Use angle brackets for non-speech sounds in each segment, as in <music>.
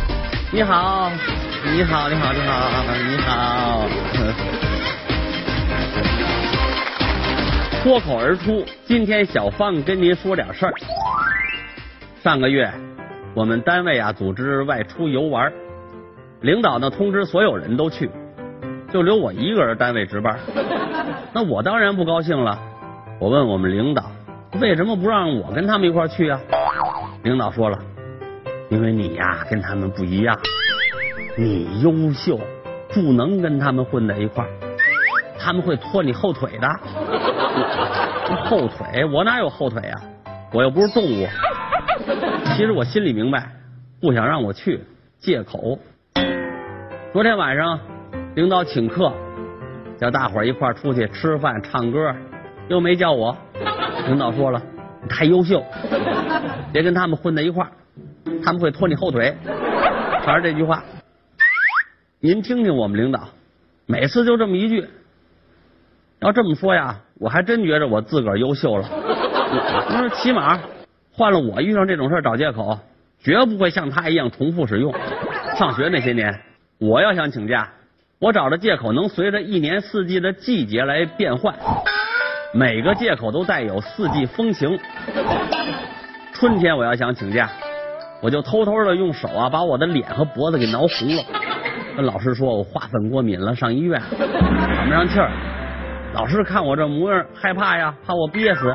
好，你好，你好，你好，你好。脱口而出，今天小芳跟您说点事儿。上个月，我们单位啊组织外出游玩，领导呢通知所有人都去，就留我一个人单位值班。那我当然不高兴了，我问我们领导为什么不让我跟他们一块儿去啊？领导说了，因为你呀、跟他们不一样，你优秀，不能跟他们混在一块儿，他们会拖你后腿的。 <laughs> 后腿？我哪有后腿啊？我又不是动物。其实我心里明白，不想让我去，借口。昨天晚上，领导请客，叫大伙儿一块儿出去吃饭、唱歌，又没叫我。领导说了，你太优秀，别跟他们混在一块儿，他们会拖你后腿。全是这句话。您听听我们领导，每次就这么一句。要这么说呀，我还真觉着我自个儿优秀了。我说起码换了我遇上这种事儿找借口，绝不会像他一样重复使用。上学那些年，我要想请假，我找的借口能随着一年四季的季节来变换，每个借口都带有四季风情。春天我要想请假，我就偷偷的用手啊把我的脸和脖子给挠红了，跟老师说我花粉过敏了，上医院喘不上气儿。老师看我这模样害怕呀，怕我憋死，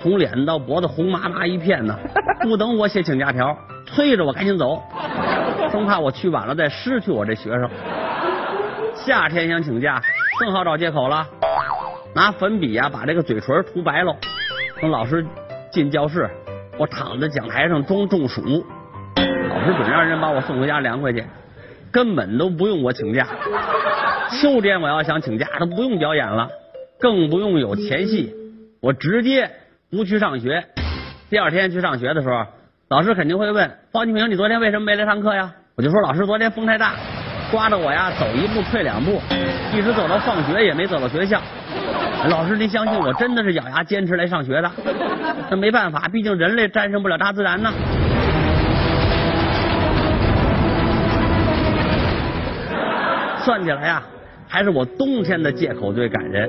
从脸到脖子红麻麻一片呢。不等我写请假条，催着我赶紧走，生怕我去晚了再失去我这学生。夏天想请假，更好找借口了，拿粉笔呀、把这个嘴唇涂白喽。等老师进教室，我躺在讲台上装中暑，老师准让人把我送回家凉快去，根本都不用我请假。秋天我要想请假，都不用表演了，更不用有前戏，我直接不去上学。第二天去上学的时候，老师肯定会问包金平，你昨天为什么没来上课呀？我就说老师昨天风太大，刮着我呀走一步退两步，一直走到放学也没走到学校。哎老师，您相信我，真的是咬牙坚持来上学的。那没办法，毕竟人类战胜不了大自然呐。算起来呀、还是我冬天的借口最感人。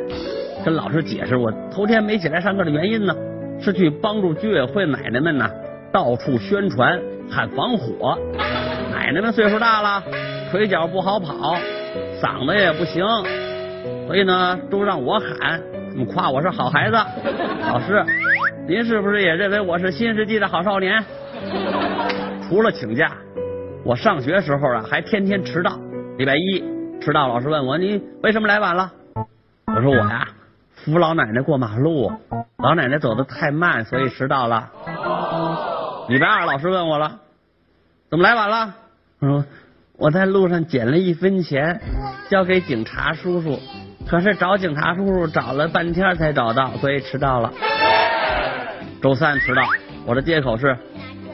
跟老师解释我头天没起来上课的原因呢，是去帮助居委会奶奶们呢到处宣传喊防火。奶奶们岁数大了，腿脚不好跑，嗓子也不行，所以呢都让我喊，他们夸我是好孩子。老师，您是不是也认为我是新世纪的好少年？除了请假，我上学时候啊还天天迟到。礼拜一迟到，老师问我你为什么来晚了？我说我呀扶老奶奶过马路，老奶奶走的太慢，所以迟到了。礼拜二老师问我了，怎么来晚了？我说我在路上捡了一分钱，交给警察叔叔，可是找警察叔叔找了半天才找到，所以迟到了。周三迟到，我的借口是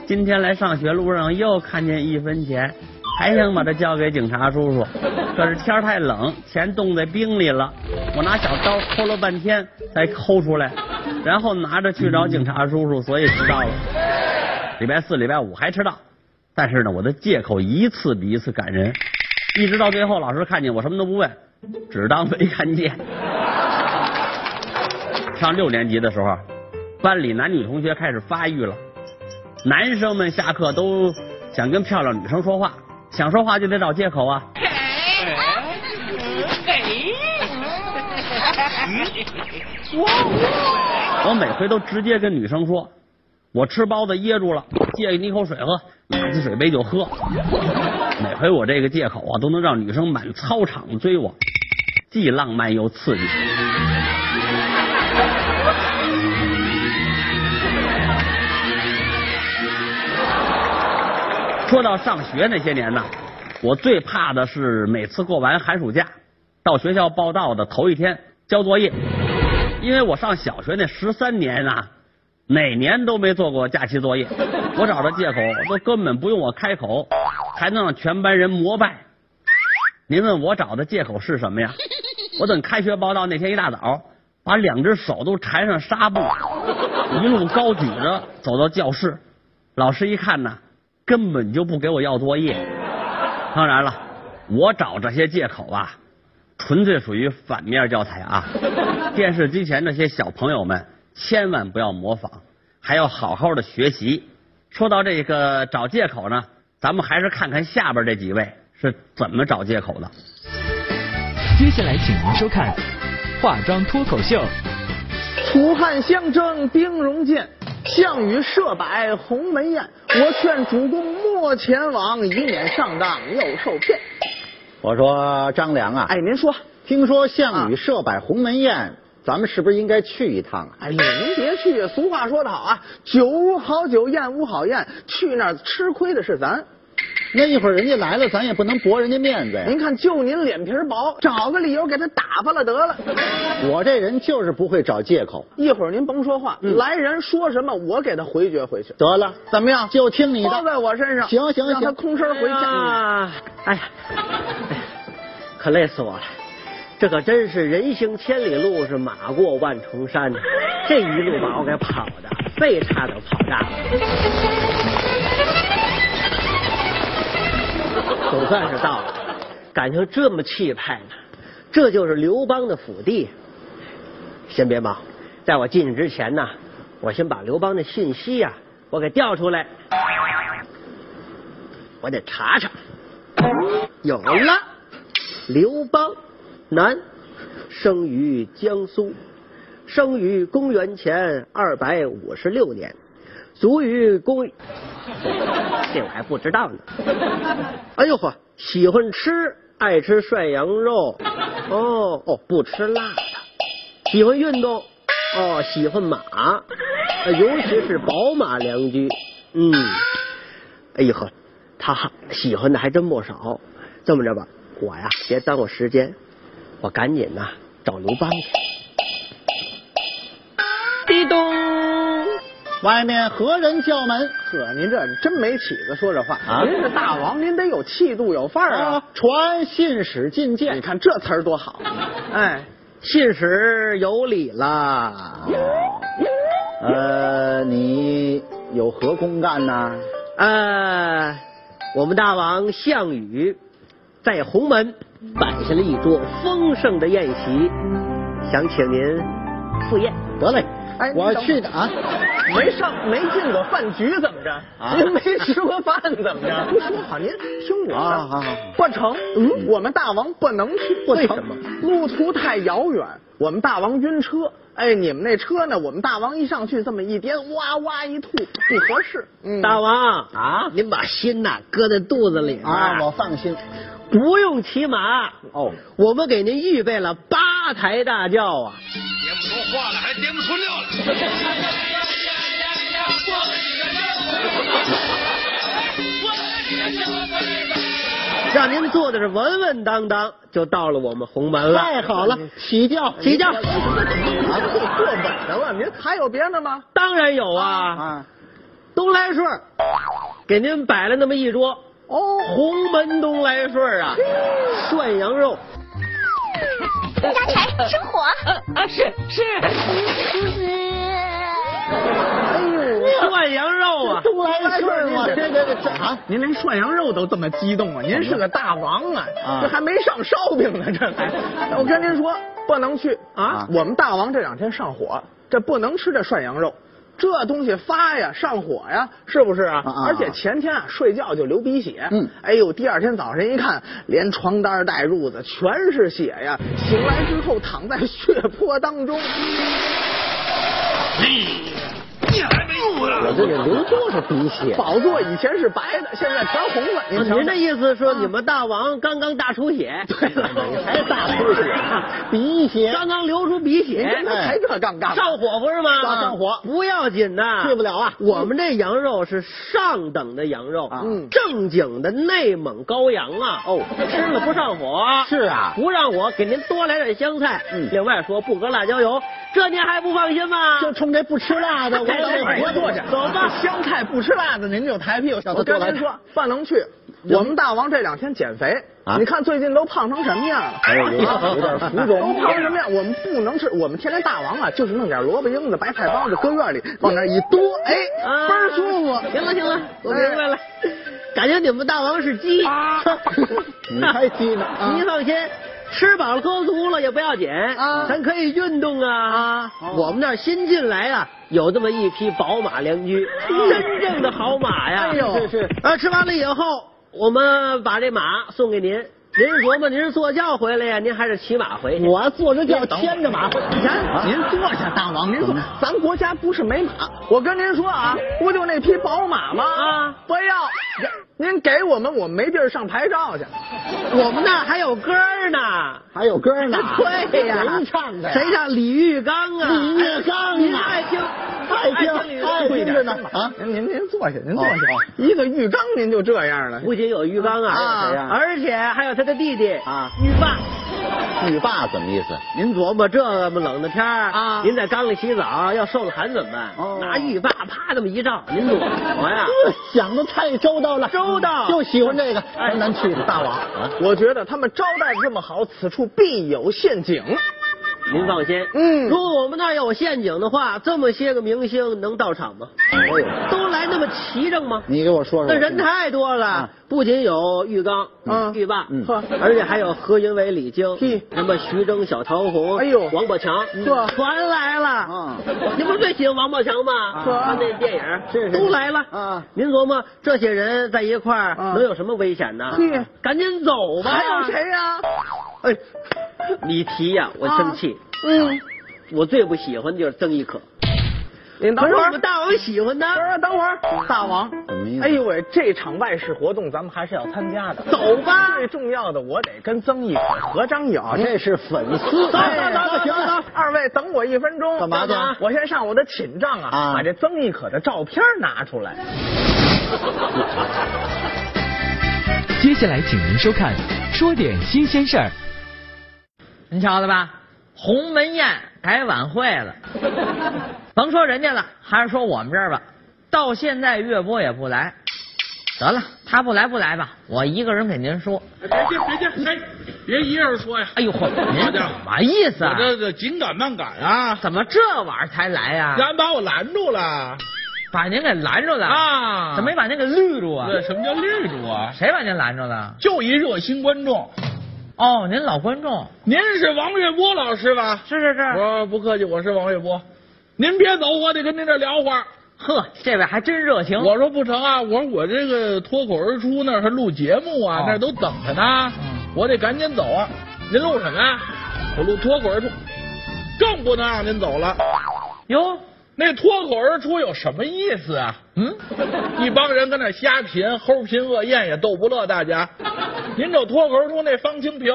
今天来上学路上又看见一分钱，还想把它交给警察叔叔，可是天儿太冷，钱冻在冰里了，我拿小刀抠了半天才抠出来，然后拿着去找警察叔叔，所以迟到了。礼拜四、礼拜五还迟到，但是呢，我的借口一次比一次感人，一直到最后老师看见我什么都不问，只当没看见。上六年级的时候，班里男女同学开始发育了，男生们下课都想跟漂亮女生说话，想说话就得找借口啊。哎 <laughs> 嗯嗯我每回都直接跟女生说，我吃包子噎住了，借你口水喝，拿起水杯就喝。每回我这个借口啊，都能让女生满操场追我，既浪漫又刺激。说到上学那些年呢，我最怕的是每次过完寒暑假，到学校报到的头一天交作业，因为我上小学那十三年啊，哪年都没做过假期作业，我找的借口都根本不用我开口，还能让全班人膜拜。您问我找的借口是什么呀？我等开学报到那天一大早，把两只手都缠上纱布，一路高举着走到教室。老师一看呢，根本就不给我要作业，当然了，我找这些借口啊，纯粹属于反面教材啊。电视机前这些小朋友们千万不要模仿，还要好好的学习。说到这个找借口呢，咱们还是看看下边这几位是怎么找借口的。接下来，请您收看化妆脱口秀。楚汉相争兵戎见，项羽设摆鸿门宴。我劝主公莫前往，以免上当又受骗。我说张良啊，哎，您说，啊听说项羽设摆鸿门宴，咱们是不是应该去一趟啊？哎，您别去。俗话说得好啊，酒无好酒，宴无好宴，去那儿吃亏的是咱。那一会儿人家来了，咱也不能驳人家面子呀。您看，就您脸皮薄，找个理由给他打发了得了。我这人就是不会找借口。一会儿您甭说嗯话，来人说什么，我给他回绝回去。得了，怎么样？就听你包的。在我身上，行行让他行空身回家。啊，哎呀，哎呀可累死我了。这可真是人行千里路，是马过万重山呐。这一路把我给跑的，背差点跑炸了。总算是到了，感情这么气派呢，这就是刘邦的府邸。先别忙，在我进去之前呢，我先把刘邦的信息呀、我给调出来，我得查查。有了，刘邦，男，生于江苏，生于公元前二百五十六年，卒于公，这我还不知道呢。哎呦呵，喜欢吃，爱吃涮羊肉，哦哦，不吃辣的，喜欢运动，哦，喜欢马，呃尤其是宝马良驹，嗯。哎呦呵，他喜欢的还真不少。这么着吧，我呀别耽误时间，我赶紧呐、找刘邦去。叮咚，外面何人叫门？呵，您这真没起子，说这话啊您是大王，您得有气度，有范儿啊。传哎信使进你谏。看这词儿多好，哎，信使有礼啦，呃，你有何公干呢？呃，我们大王项羽在鸿门摆下了一桌丰盛的宴席，想请您赴宴。得嘞，哎我你等会儿去的啊。没上没进过饭局怎么着？啊您没吃过饭怎么着？不说好，您听我啊好好的好，不成。嗯，我们大王不能去，不为成什么，路途太遥远，我们大王晕车。哎，你们那车呢？我们大王一上去这么一颠，哇哇一吐，不合适。嗯，大王啊您把心呐、搁在肚子里边啊，我放心。不用骑马哦，我们给您预备了八抬大轿啊！颠不出话了，还颠不出料了。让您坐的是稳稳当当，就到了我们鸿门了。嗯太好了，起轿，起轿啊，坐坐稳了吧？您还有别的吗？当然有啊，啊！东来顺儿给您摆了那么一桌哦，鸿门东来顺儿啊，涮羊肉，嗯加柴生火，啊是是，哎呦，涮羊肉啊，东来顺哦嘛，这这这这啊，您连涮羊肉都这么激动啊？您是个大王啊！啊这还没上烧饼呢，这还。我跟您说，不能去啊啊！我们大王这两天上火，这不能吃这涮羊肉，这东西发呀，上火呀，是不是啊？啊啊而且前天啊睡觉就流鼻血，嗯哎呦，第二天早晨一看，连床单带褥子全是血呀！醒来之后躺在血泊当中，你还没死我这个流就是鼻血。宝座以前是白的，现在全红了。啊您瞧瞧哦您的意思说你们大王刚刚大出血？对了 <laughs> 你才大出血，鼻血刚刚流出鼻血，您这才这杠杠哎上火不是吗？啊上上火不要紧的，去不了啊我们这羊肉是上等的羊肉，嗯啊正经的内蒙羔羊啊。哦吃了不上火。是啊不上火，给您多来点香菜。嗯另外说不搁辣椒油，这您还不放心吗？就冲这不吃辣的，我哎哎哎得活坐下走吧，香菜不吃辣的，您就抬屁股。小我子跟过来您说，范能去，我们大王这两天减肥，啊你看最近都胖成什么样了？啊哎呦，有点有点浮肿都。胖成什么样？我们不能吃，我们天天大王啊，就是弄点萝卜缨子、白菜包子，搁院里往那儿一多，哎，啊倍儿舒服。行了行了，我明白了。感觉你们大王是鸡。 <laughs> 你才鸡呢！啊您放心，吃饱了喝足了也不要紧啊咱可以运动啊啊！我们那儿新进来啊，有这么一批宝马良驹，真正的好马呀！哎呦是是啊，吃完了以后，我们把这马送给您。您琢磨，您是坐轿回来呀，您还是骑马回去？我坐着轿牵着马回您您坐下，大王，您坐怎么了。啊咱国家不是没马，我跟您说啊，不就那匹宝马吗？啊，不要，您给我们，我们没地儿上牌照去。我们那儿还有歌儿呢。，还有歌呢 <laughs> 对呀，谁啊唱的呀？谁唱？李玉刚啊！李玉刚啊您爱听，爱听李玉刚爱听着呢啊！您您您坐下，您坐哦下哦。一个浴缸您就这样了，不仅有玉刚啊啊谁呀，而且还有他的弟弟啊玉霸。浴霸怎么意思？您琢磨这么冷的天儿啊您在缸里洗澡，要受了寒怎么办？哦拿浴霸啪这么一照，您躲我呀？这想的太周到了，周到就喜欢这个。哎咱去的大王啊，我觉得他们招待的这么好，此处必有陷阱。您放心，嗯如果我们那儿有陷阱的话，这么些个明星能到场吗？哎呦都来那么齐整吗？你给我说说，那人太多了，不仅有玉刚、嗯玉霸，嗯呵嗯而且还有何云伟、李菁嘿，什么徐峥、小陶虹，哎呦王宝强，嗯呵全来了。您不是最喜欢王宝强吗？呵看啊那电影，是是是都来了啊。您琢磨这些人在一块儿啊能有什么危险呢嘿？赶紧走吧。还有？谁呀？哎，啊你提呀，我生气。嗯，我最不喜欢的就是曾轶可，您等可是会我儿们。大王喜欢等会他。儿，等会儿，啊大王，怎么意思哎呦喂，这场外事活动咱们还是要参加的。哎走吧最重要的我得跟曾轶可合张影。这是粉丝。走走哎走走，行行了了，二位等我一分钟。干嘛去啊？我先上我的寝帐啊，啊把这曾轶可的照片拿出来。接下来，请您收看《说点新鲜事儿》。您瞧着吧，鸿门宴改晚会 <laughs> 了，甭说人家了，还是说我们这儿吧，到现在岳波也不来。得了，他不来不来吧，我一个人给您说。别介别介，嘿，哎别一人说呀！哎呦嚯，您怎么意思我啊？这个紧赶慢赶啊，怎么这晚儿才来呀、让人把我拦住了把您给拦住了！啊！怎么没把您给绿住啊？对，什么叫绿主啊？谁把您拦住了？就一热心观众，哦，您老观众，您是王月波老师吧？是是我是。说不客气，我是王月波。您别走，我得跟您这聊会儿。呵，这位还真热情。我说不成啊，我说我这个脱口而出那儿还录节目啊，哦嗯那儿都等着呢，我得赶紧走啊。您录什么呀？我录脱口而出，更不能让您走了。哟，那脱口而出有什么意思啊？嗯， <laughs> 一帮人跟那瞎贫，齁贫恶艳也逗不乐大家。您这脱口而出那方清平，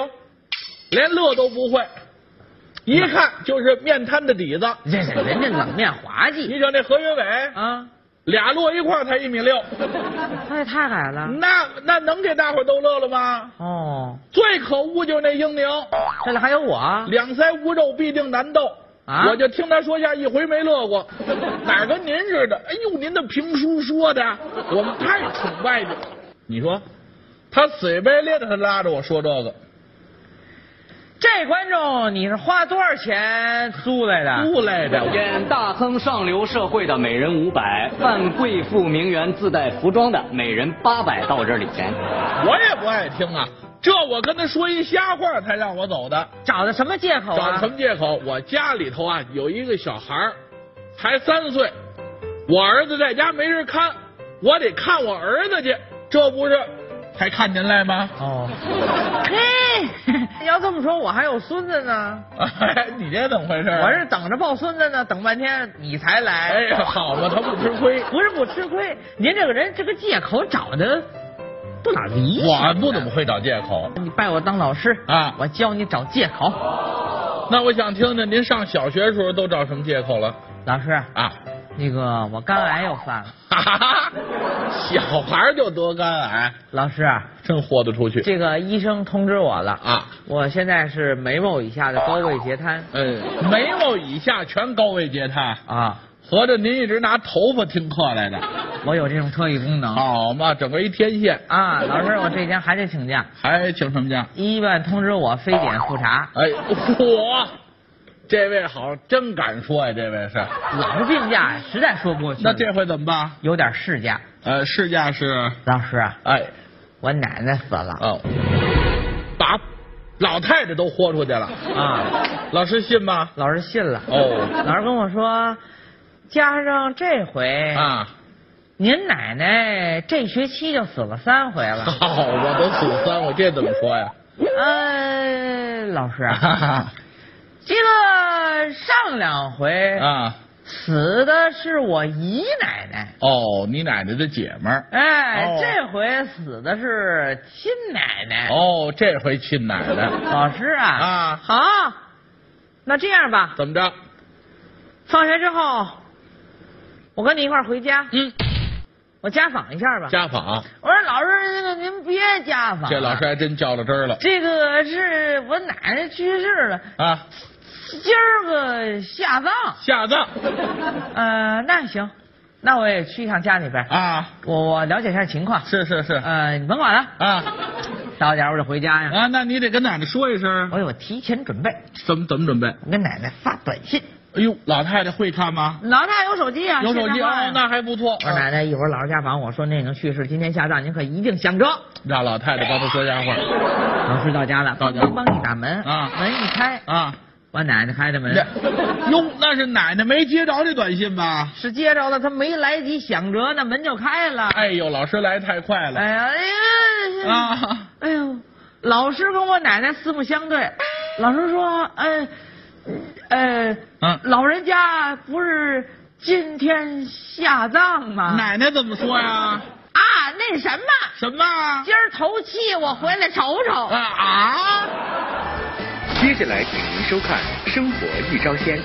连乐都不会，一看就是面瘫的底子。这这人家冷面滑你稽瞅那何云伟，啊，俩摞一块儿才一米六，他也太矮了。那那能给大伙儿逗乐了吗？哦，最可恶就是那英宁，这里还有我啊。两腮无肉必定难斗。啊我就听他说下一回没乐 <laughs> 过，哪儿跟您似的？哎呦，您的评书说的，我们太崇拜你。你说，他死背咧的，他拉着我说这个，这观众你是花多少钱租来的？不来的。演大亨上流社会的每人五百，扮贵妇名媛自带服装的每人八百到这里。我也不爱听啊，这我跟他说一瞎话，才让我走的。找的什么借口找啊什？么借口？我家里头啊有一个小孩儿，才三岁，我儿子在家没人看，我得看我儿子去，这不是还看您来吗？啊哦，嘿，要这么说，我还有孙子呢，哎，你这怎么回事啊？我是等着抱孙子呢，等半天你才哎来，呀，好吧，他不吃哎亏。不是不吃亏。您这个人这个借口找的不哪理想我呢不怎么会找借口，你拜我当老师啊我教你找借口。那我想听听您上小学时候都找什么借口了老师，啊？那个我肝癌又犯了。哈哈哈， <laughs> 小孩儿就啊得肝癌，老师，真豁得出去。这个医生通知我了啊，我现在是眉毛以下的高位截瘫嗯，眉毛以下全高位截瘫。哎啊，合着您一直拿头发听课来的，我有这种特异功能好嘛，整个一天线，啊。老师，我这几天还得请假，还请什么假？哎医院通知我非典复查。哎，我这位好，真敢说呀，这位是。老是病假呀，实在说不过去。那这回怎么办？有点事假，呃，试驾是，老师啊，哎，我奶奶死了哦，把老太太都豁出去了。啊，老师信吗？老师信了。哦，老师跟我说，加上这回，啊，您奶奶这学期就死了三回 <laughs> 了。好吧，都死三，我这怎么说 <laughs> 呀？呃，老 <laughs> 师啊，这个上两回啊，死的是我姨奶奶，哦，你奶奶的姐们儿。哎哦，这回死的是亲奶奶。哦，这回亲奶奶 <laughs> 老师啊，啊好，那这样吧，怎么着？放学之后，我跟你一块儿回家，嗯，我家访一下吧。家访，我说老师，那个您别家访，啊这老师，还真较了真儿了这个是我奶奶去世了，啊！今儿个下葬。下 <laughs> 葬呃，那行，那我也去一趟家里边，啊，我我了解一下情况。是是是呃，你甭管了，啊到点儿我得回家呀。啊，那你得跟奶奶说一声我，有提前准备，怎么怎么准备？我给奶奶发短信。哎呦，老太太会看吗？老太太有手机啊，有线手上机挂呀哦，那还不错我。说奶奶，一会儿老师家访，我说那个去世，今天下葬，您可一定想着。让老太太帮他说瞎话 <laughs> 老师到家了，到家帮帮一打门啊门一开，啊！我奶奶开的门，那哟，那是奶奶没接着这短信吧？是接着了，她没来及想着呢，门就开了。哎呦，老师来太快哎了呀，哎呀，啊！哎呦，老师跟我奶奶四目相对，老师说，哎，呃，嗯老人家不是今天下葬吗？奶奶怎么说呀？啊，那什么，什么啊？今儿头七，我回来瞅瞅。啊啊！接下来请您收看《生活一招鲜》。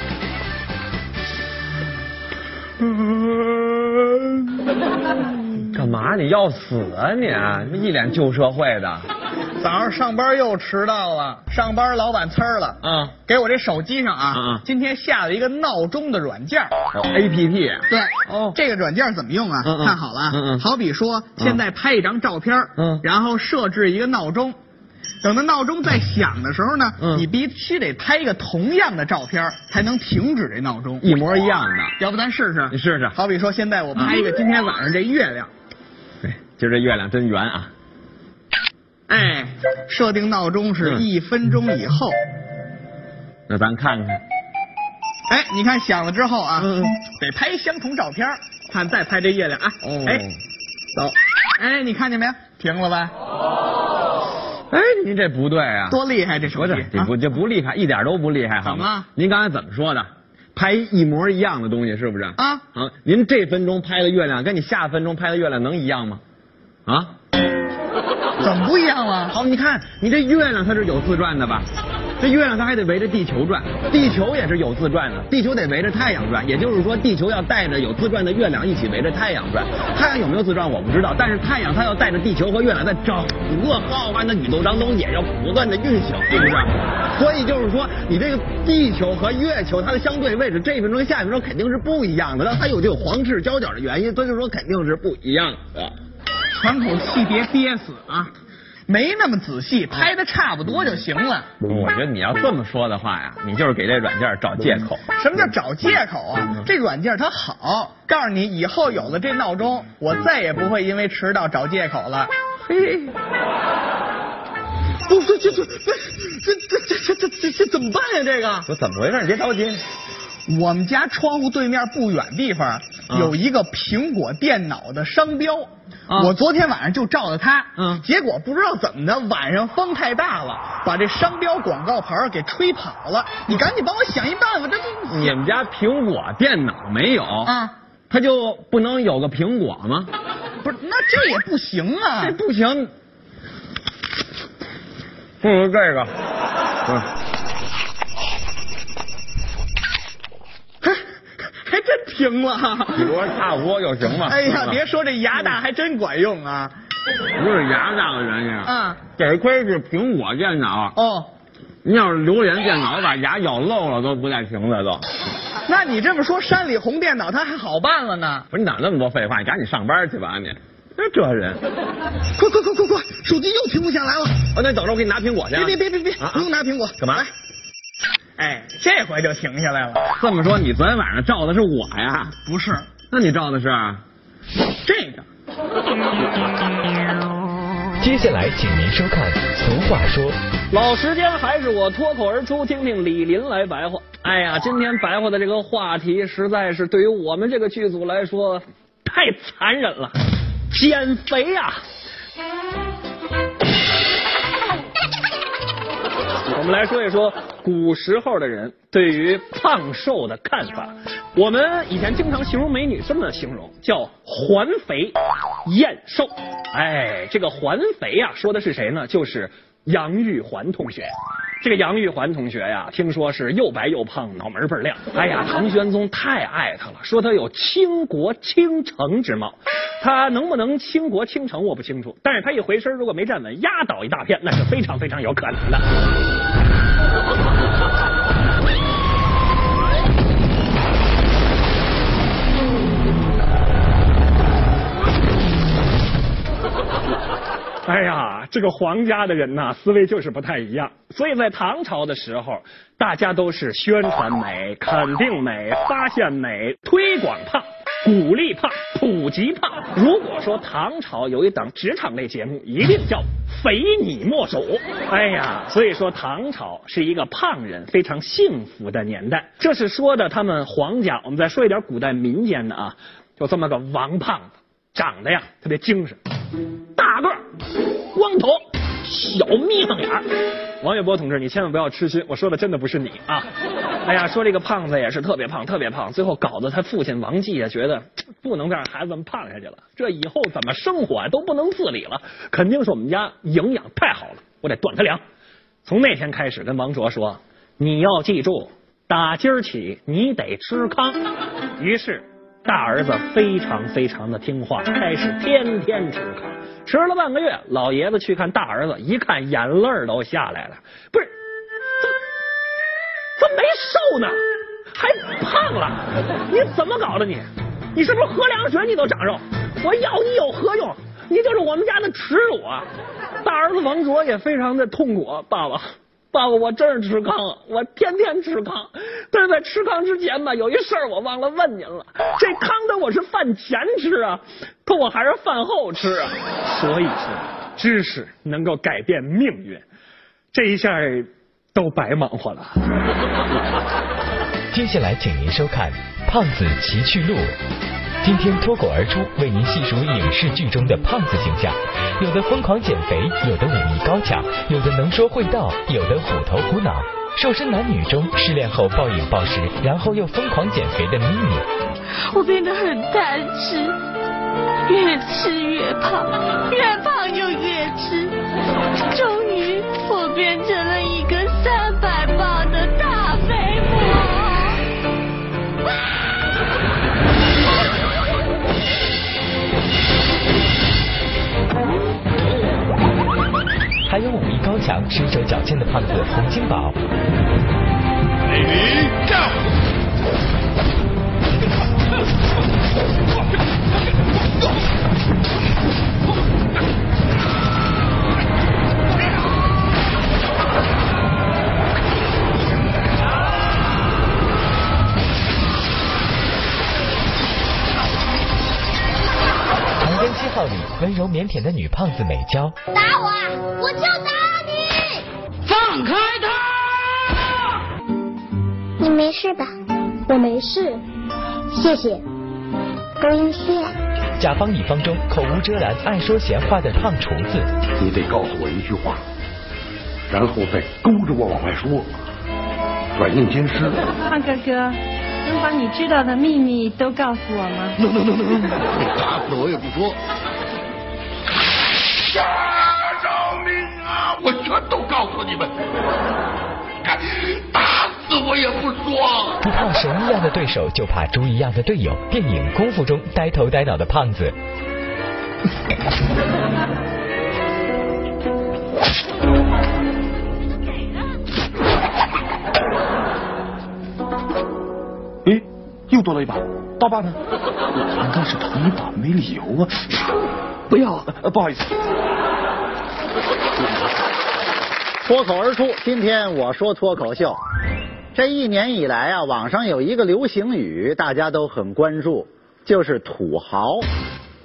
干嘛？你要死啊你！你一脸旧社会啊的。早上上班又迟到了，上班老板呲儿了。嗯，给我这手机上啊，嗯嗯今天下了一个闹钟的软件儿。 A P P 对，哦这个软件怎么用啊？嗯嗯看好了啊，嗯嗯好比说现在拍一张照片儿，嗯然后设置一个闹钟，等到闹钟在响的时候呢，嗯你必须得拍一个同样的照片儿才能停止这闹钟。一模一样的。要不咱试试？你试嗯试好比说现在我拍一个今天晚上这月亮，对，今儿这月亮真圆啊！哎，设定闹钟是嗯一分钟以后。那咱看看，哎，你看响了之后啊，嗯嗯得拍相同照片儿，看再拍这月亮啊。哦哎，走，哎，你看见没有？停了吧？哎，您这不对啊！多厉害这手不机！是，这啊不这不厉害，一点都不厉害，好怎么吗了？您刚才怎么说的？拍一模一样的东西是不是？啊啊，啊！您这分钟拍的月亮跟你下分钟拍的月亮能一样吗？啊？怎么不一样了？好，你看你这月亮它是有自转的吧？这月亮它还得围着地球转，地球也是有自转的，地球得围着太阳转，也就是说地球要带着有自转的月亮一起围着太阳转。太阳有没有自转我不知道，但是太阳它要带着地球和月亮在整个浩瀚的宇宙当中也要不断的运行，是不是？所以就是说，你这个地球和月球它的相对位置，这一分钟跟下一分钟肯定是不一样的，那它有这个黄赤交角的原因，所以就是说肯定是不一样的。喘口气，别憋死啊！没那么仔细，拍的差不多就行了。我觉得你要这么说的话呀，你就是给这软件找借口。什么叫找借口啊？这软件它好，告诉你以后有了这闹钟，我再也不会因为迟到找借口了。嘿，不，这这这这这这这这这怎么办呀？这个我怎么回事？你别着急。我们家窗户对面不远地方嗯有一个苹果电脑的商标，啊我昨天晚上就照着它，嗯结果不知道怎么的，晚上风太大了，把这商标广告牌儿给吹跑了。你赶紧帮我想一办法，这这你们家苹果电脑没有？啊，它就不能有个苹果吗？不是，那这也不行啊这。不行，不如这个。嗯不是，还哎还真停了。比如差不多就行吧。哎呀，别是说这牙大还真管用啊！吧嗯不是牙大的原因，啊，得亏是苹果电脑。哦，你要是榴莲电脑，把牙咬漏了都不带停的都。哦那你这么说，山里红电脑它还好办了呢。不是你哪那么多废话？你赶紧上班去吧你。这这人，快快快快快，手机又停不下来了！哦，那等着我给你拿苹果去啊。别别别别别，啊啊不用拿苹果，干嘛？哎，这回就停下来了。这么说，你昨天晚上照的是我呀？不是，那你照的是？啊这个。接下来，请您收看《俗话说》。老时间还是我脱口而出，听听李林来白话。哎呀，今天白话的这个话题，实在是对于我们这个剧组来说太残忍了。减肥啊！我们来说一说古时候的人对于胖瘦的看法。我们以前经常形容美女这么形容，叫“环肥燕瘦”。哎，这个“环肥”啊，说的是谁呢？就是杨玉环同学。这个杨玉环同学呀、听说是又白又胖，脑门儿倍儿亮。哎呀，唐玄宗太爱他了，说他有倾国倾城之貌。他能不能倾国倾城我不清楚，但是他一回身如果没站稳，压倒一大片，那是非常非常有可能的。哎呀，这个皇家的人呐、思维就是不太一样。所以在唐朝的时候，大家都是宣传美、肯定美、发现美、推广胖、鼓励胖、普及胖。如果说唐朝有一档职场类节目，一定叫“非你莫属”。哎呀，所以说唐朝是一个胖人非常幸福的年代。这是说的他们皇家。我们再说一点古代民间的啊，就这么个王胖子，长得呀特别精神。大个儿，光头，小眯缝眼儿。王月波同志，你千万不要痴心，我说的真的不是你啊！哎呀，说这个胖子也是特别胖，特别胖，最后搞得他父亲王继也觉得不能再让孩子们胖下去了，这以后怎么生活啊都不能自理了，肯定是我们家营养太好了，我得断他粮。从那天开始跟王卓说，你要记住，打今儿起你得吃糠。于是大儿子非常非常的听话，开始天天吃糠。吃了半个月，老爷子去看大儿子，一看眼泪儿都下来了。不是，怎怎么没瘦呢？还胖了？你怎么搞的你？你是不是喝凉水你都长肉？我要你有何用？你就是我们家的耻辱啊！大儿子王卓也非常的痛苦，爸爸。爸爸，我真是吃糠了，我天天吃糠。但是在吃糠之前吧，有一事儿我忘了问您了。这糠的我是饭前吃啊，可我还是饭后吃啊。所以说，知识能够改变命运，这一下儿都白忙活了。接下来，请您收看《胖子奇趣录》。今天脱口而出，为您细数影视剧中的胖子形象，有的疯狂减肥，有的武艺高强，有的能说会道，有的虎头虎脑。瘦身男女中，失恋后暴饮暴食，然后又疯狂减肥的咪咪。我变得很贪吃，越吃越胖，越胖就越吃。终于，我变成了一个三百磅的大肥魔。还有武艺高强、身手矫健的胖子洪金宝。唐人七号里温柔腼腆的女胖子美娇，打我啊，我就打你！放开他！你没事吧？我没事，谢谢。感谢。甲方乙方中口无遮拦、爱说闲话的胖厨子，你得告诉我一句话，然后再勾着我往外说，软硬兼施。胖哥哥，能把你知道的秘密都告诉我吗？ no no no no，打死我也不说。杀饶命啊！我全都告诉你们，敢打死我也不说。不怕神一样的对手，就怕猪一样的队友。电影《功夫》中呆头呆脑的胖子，咦，又多了一把，刀疤呢？难道是同一把？没理由啊！不要，呃不好意思。脱口而出，今天我说脱口秀。这一年以来啊，网上有一个流行语，大家都很关注，就是土豪。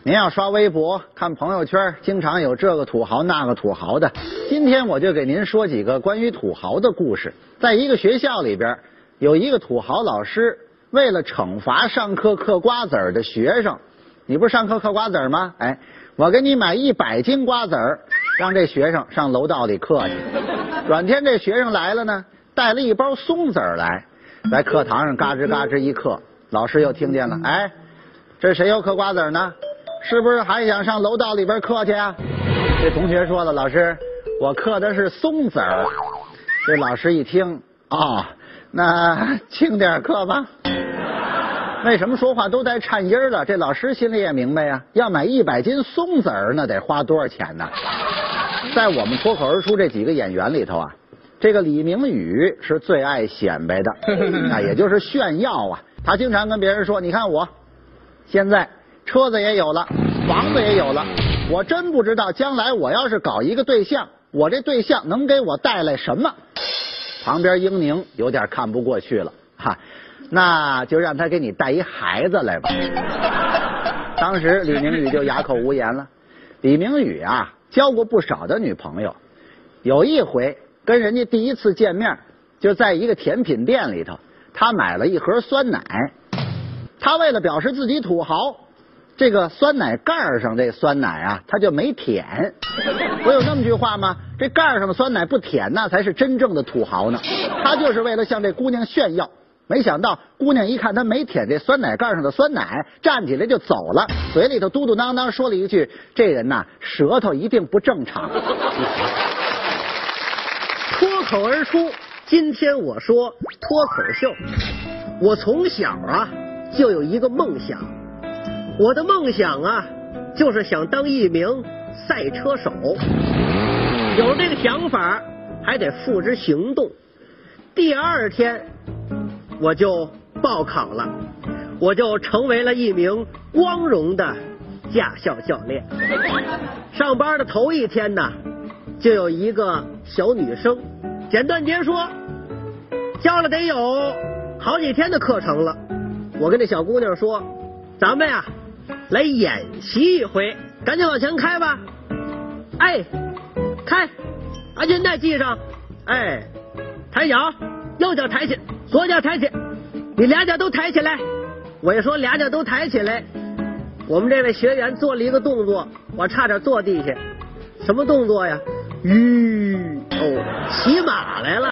您要刷微博、看朋友圈，经常有这个土豪、那个土豪的。今天我就给您说几个关于土豪的故事。在一个学校里边，有一个土豪老师，为了惩罚上课嗑瓜子儿的学生，你不是上课嗑瓜子儿吗？哎，我给你买一百斤瓜子儿，让这学生上楼道里嗑去。转天这学生来了呢。带了一包松子儿来，在课堂上嘎吱嘎吱一嗑，老师又听见了，哎，这谁又嗑瓜子呢？是不是还想上楼道里边嗑去啊？这同学说了，老师，我嗑的是松子儿。这老师一听，啊、哦，那轻点嗑吧。为什么说话都带颤音了？这老师心里也明白呀、啊，要买一百斤松子儿，那得花多少钱呢？在我们脱口而出这几个演员里头啊。这个李明宇是最爱显摆的，啊，也就是炫耀啊。他经常跟别人说：“你看我，现在车子也有了，房子也有了，我真不知道将来我要是搞一个对象，我这对象能给我带来什么。”旁边英宁有点看不过去了，哈，那就让他给你带一孩子来吧。 <laughs> 当时李明宇就哑口无言了。李明宇啊，交过不少的女朋友，有一回。跟人家第一次见面，就在一个甜品店里头，他买了一盒酸奶。他为了表示自己土豪，这个酸奶盖上这酸奶啊，他就没舔。不有那么句话吗？这盖上的酸奶不舔，那才是真正的土豪呢。他就是为了向这姑娘炫耀。没想到姑娘一看他没舔这酸奶盖上的酸奶，站起来就走了，嘴里头嘟嘟囔囔说了一句：“这人呐，舌头一定不正常。”脱口而出，今天我说脱口秀。我从小啊就有一个梦想，我的梦想啊就是想当一名赛车手。有这个想法，还得付之行动。第二天我就报考了，我就成为了一名光荣的驾校教练。上班的头一天呢，就有一个小女生。简短截说，教了得有好几天的课程了。我跟这小姑娘说，咱们呀、啊、来演习一回，赶紧往前开吧。哎，开，安全带系上。哎，抬脚，右脚抬起，左脚抬起，你俩脚都抬起来。我一说俩脚都抬起来，我们这位学员做了一个动作，我差点坐地下。什么动作呀？吁、嗯、哦，骑马来了。